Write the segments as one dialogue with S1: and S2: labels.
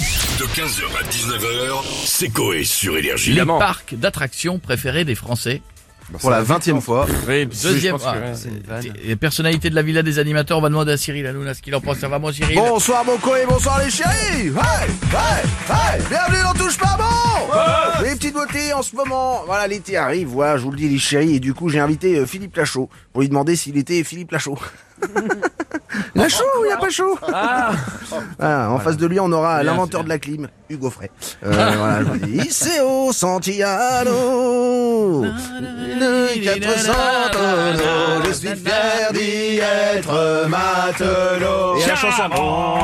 S1: De 15h à 19h, c'est Coé sur Énergie.
S2: Les
S3: Évidemment.
S2: parcs d'attractions préférés des Français.
S4: Pour la vingtième fois.
S3: Oui,
S2: Deuxième.
S3: je pense que-
S2: ah,
S4: c'est une vanne.
S2: t- personnalité de la villa des animateurs. On va demander à Cyril Hanouna ce qu'il en pense. Ça va, moi, Cyril
S4: Bonsoir mon co et bonsoir les chéris Hey Hey Hey Bienvenue dans Touche pas bon Les petites beautés en ce moment, voilà l'été arrive, voilà je vous le dis les chéris, et du coup j'ai invité euh, Philippe Lachaud pour lui demander s'il était Philippe Lachaud. Lachaud ou il a pas chaud Voilà, Ah, En face de lui on aura l'inventeur de la clim, Hugo Frey. Euh, voilà, je vous le dis, Iseo Santiano Les 400 tonneaux, je suis fier d'y être matelot Et la chanson
S2: Oh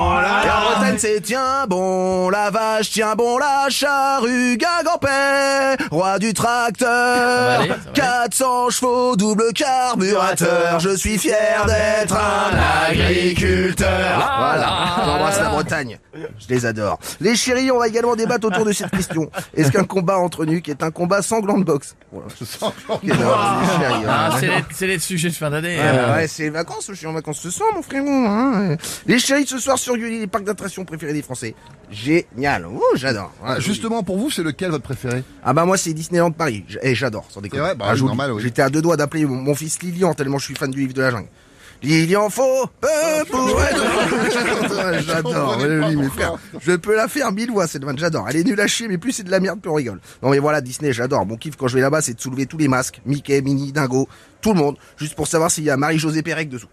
S4: et en Bretagne, c'est tiens bon la vache, tiens bon la charrue, Gagampais, roi du tracteur.
S2: aller, ça va aller.
S4: 400 chevaux, double carburateur, je suis fier d'être un agriculteur.
S5: Ah
S4: Voilà, j'embrasse la Bretagne. Je les adore. Les chéris, on va également débattre autour de cette question. Est-ce qu'un combat entre nuques est un combat sanglant de boxe Voilà. Quelle horreur, les chéris, hein.
S2: Ah, c'est les- c'est les, sujets de fin d'année.
S4: Ouais,
S2: euh.
S4: bah ouais, c'est les vacances, je suis en vacances ce soir, mon frérot. hein. Les chéris, ce soir sur Gulli, les parcs d'attractions préférés des Français. Génial. Oh, j'adore. Ouais, joli.
S5: Ah, Justement, pour vous, c'est lequel votre préféré
S4: Ah bah moi, c'est Disneyland Paris. J- eh, j'adore, sans déconner.
S5: C'est vrai, bah
S4: Ah,
S5: oui,
S4: je vous
S5: normal,
S4: dis,
S5: oui.
S4: J'étais à deux doigts d'appeler mon, mon fils Lilian, tellement je suis fan du livre de la jungle. Il en faut
S5: Oh,
S4: peu pour
S5: Ah,
S4: être- J'adore,
S5: comprenais pas
S4: oui, mais
S5: pourquoi.
S4: frère, je peux la faire mille fois cette vanne, j'adore. Elle est nulle à chier, mais plus c'est de la merde, plus on rigole. Non mais voilà, Disney, j'adore. Mon kiff quand je vais là-bas, c'est de soulever tous les masques, Mickey, Minnie, Dingo, tout le monde, juste pour savoir s'il y a Marie-Josée Pérec dessous.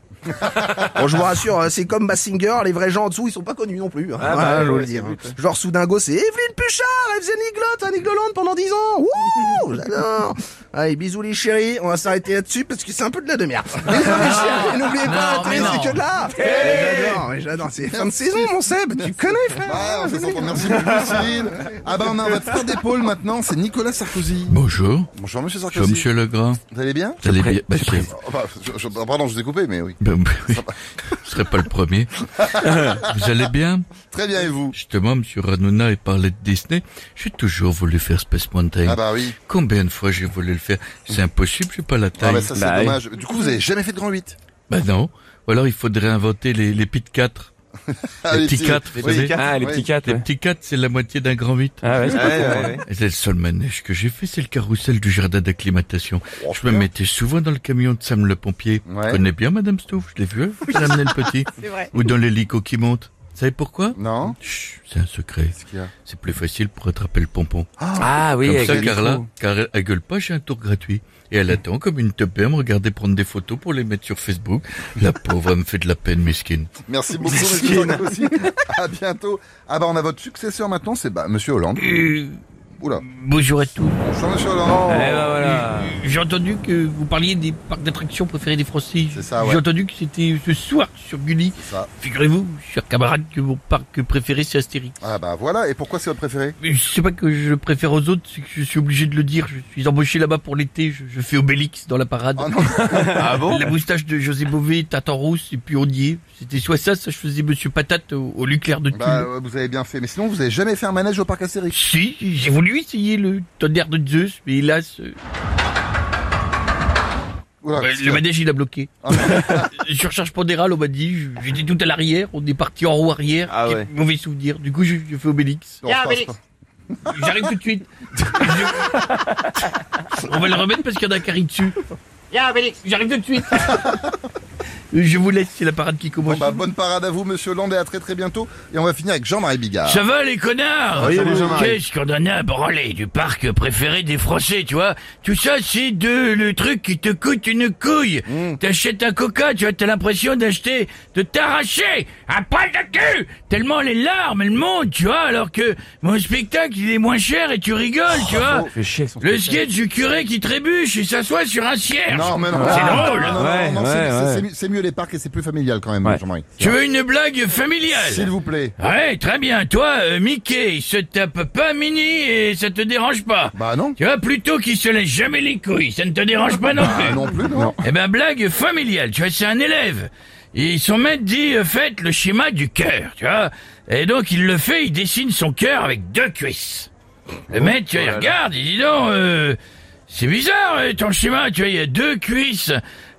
S4: Bon, je vous rassure, euh, c'est comme Massinger, les vrais gens en dessous, ils sont pas connus non plus. hein.
S3: Ah, bah,
S4: Voilà,
S3: ouais,
S4: je veux le
S3: c'est
S4: dire.
S3: but,
S4: Genre Soudingo, c'est Evelyne Puchard, elle faisait Niglotte à Nigloland pendant 10 ans. Wouh, j'adore. Allez, bisous les chéris, on va s'arrêter là-dessus parce que c'est un peu de la demi-heure. Bisous les chéris, et n'oubliez pas,
S2: Non,
S4: la
S2: mais
S4: télé,
S2: non.
S4: c'est que de là.
S5: Eh,
S4: Eh, J'adore, mais j'adore, c'est fin de saison mon Seb, tu connais frère.
S5: Ah, on fait ça pour- merci beaucoup, Cyril. Ah bah on a votre frère d'épaule maintenant, c'est Nicolas Sarkozy.
S6: Bonjour,
S5: Bonjour Monsieur
S6: je suis
S5: Sarkozy.
S6: Monsieur Legrand.
S5: Vous allez bien
S6: Vous allez bien Bah, je serais-
S5: Oh, bah, je- je- ah, Pardon, je vous ai coupé, mais oui.
S6: bah, oui, je serais pas le premier. Vous allez bien
S5: Très bien, et vous
S6: Justement, Monsieur Hanouna il parlait de Disney. J'ai toujours voulu faire Space Mountain.
S5: Ah bah oui.
S6: Combien de fois j'ai voulu le faire C'est impossible, j'ai pas la
S5: Ah
S6: taille.
S5: bah ça c'est
S3: Bah,
S5: dommage. Du coup, vous avez jamais fait de grand 8
S6: Bah non. Ou alors il faudrait inventer les, les petits 4.
S5: ah,
S6: Les petits quatre, vous savez.
S3: Ah, les
S5: Oui.
S3: petits quatre.
S6: Les
S3: ouais.
S6: petits 4, c'est la moitié d'un grand 8.
S3: Ah ouais, c'est pas con, hein.
S6: Et C'est le seul manège que j'ai fait, c'est le carrousel du jardin d'acclimatation. je me mettais souvent dans le camion de Sam le pompier.
S5: Ouais.
S6: Vous connaissez bien Madame Stouff, je l'ai vu, vous amenez le petit. Ou dans l'hélico qui monte. Vous savez pourquoi
S5: Non
S6: Chut, c'est un secret.
S5: Qu'est-ce qu'il y a
S6: C'est plus facile pour attraper le pompon.
S3: Ah oui,
S6: comme ça,
S3: avec les
S6: Carla,
S3: trous.
S6: car elle, elle gueule pas, j'ai un tour gratuit. Et elle attend comme une teubée à me regarder prendre des photos pour les mettre sur Facebook. La pauvre, elle me fait de la peine, mesquine.
S5: Merci beaucoup Monsieur Sarkozy. À bientôt. Ah bah on a votre successeur maintenant, c'est bah Monsieur Hollande. Oula.
S2: Euh, Bonjour à tous.
S5: Bonjour Monsieur Hollande.
S3: Eh ben voilà.
S2: J'ai entendu que vous parliez des parcs d'attractions préférés des Français.
S5: C'est ça, ouais.
S2: J'ai entendu que c'était ce soir sur Gulli.
S5: ça.
S2: Figurez-vous, cher camarade, que mon parc préféré, c'est Astérix.
S5: Ah bah voilà, et pourquoi c'est votre préféré
S2: Mais je sais pas que je préfère aux autres, c'est que je suis obligé de le dire. Je suis embauché là-bas pour l'été, je, je fais Obélix dans la parade.
S5: Oh non.
S2: Ah bon La moustache de José Bové, Tatan Rousse et puis Ondier. C'était soit ça, soit je faisais Monsieur Patate au, au Luclair de Tulle.
S5: Bah euh, vous avez bien fait, mais sinon vous avez jamais fait un manège au parc Astérix.
S2: Si, j'ai voulu essayer le tonnerre de Zeus, mais hélas, euh,
S5: Oula,
S2: bah,
S5: qu'est-ce qu'il
S2: le
S5: y a
S2: manège il a bloqué. Sur charge pondérale, on m'a dit, je- j'étais tout à l'arrière, on est parti en roue arrière.
S3: Ah
S2: Quel
S3: ouais.
S2: Mauvais souvenir. Du coup, je, je fais Obélix.
S5: Non, je pense pas.
S2: J'arrive tout de suite. Je- On va le remettre parce qu'il y en a un carré dessus. J'arrive tout de suite. Je vous laisse, c'est la parade qui
S5: Bon,
S2: commence.
S5: bah, bonne parade à vous, monsieur Hollande, et à très très bientôt. Et on va finir avec Jean-Marie Bigard.
S2: Ça va les connards
S5: Oui, oui, Jean-Marie.
S2: Qu'est-ce qu'on en a à branler du parc préféré des Français, tu vois Tout ça, c'est de le truc qui te coûte une couille.
S5: Hmm.
S2: T'achètes un coca, tu vois, t'as l'impression d'acheter, de t'arracher un poil de cul Tellement les larmes, elles montent, tu vois, alors que mon spectacle, il est moins cher et tu rigoles,
S5: Oh,
S2: tu vois
S3: Fait chier avec son
S2: Le
S3: spectacle.
S2: sketch du curé qui trébuche et s'assoit sur un cierge
S5: Non, mais non.
S2: C'est
S5: Ah,
S2: drôle
S5: non, non, non,
S3: Ouais,
S5: non,
S3: ouais,
S5: c'est- c'est-
S3: ouais.
S5: c'est mieux- C'est mieux les parcs et c'est plus familial quand même,
S3: Ouais.
S5: Jean-Marie.
S2: Tu veux une blague familiale
S5: S'il vous plaît.
S2: Ouais, très bien. Toi, euh, Mickey, il se tape pas Mini et ça te dérange pas.
S5: Bah non.
S2: Tu vois, plutôt qu'il se laisse jamais les couilles, ça ne te dérange pas non
S5: Ah,
S2: plus.
S5: non plus, non.
S2: Eh ben, blague familiale, tu vois, c'est un élève. Et son maître dit, euh, faites le schéma du cœur, tu vois. Et donc, il le fait, il dessine son cœur avec deux cuisses. Le maître, tu vois, il regarde, il dit donc, euh, c'est bizarre euh, ton schéma, tu vois, il y a deux cuisses.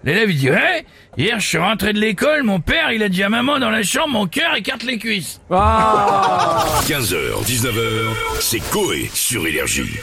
S2: L'élève, il dit, ouais, hier, je suis rentré de l'école, mon père, il a dit à maman dans la chambre, mon cœur écarte les cuisses.
S1: 15h, 19h, c'est Coé sur Énergie.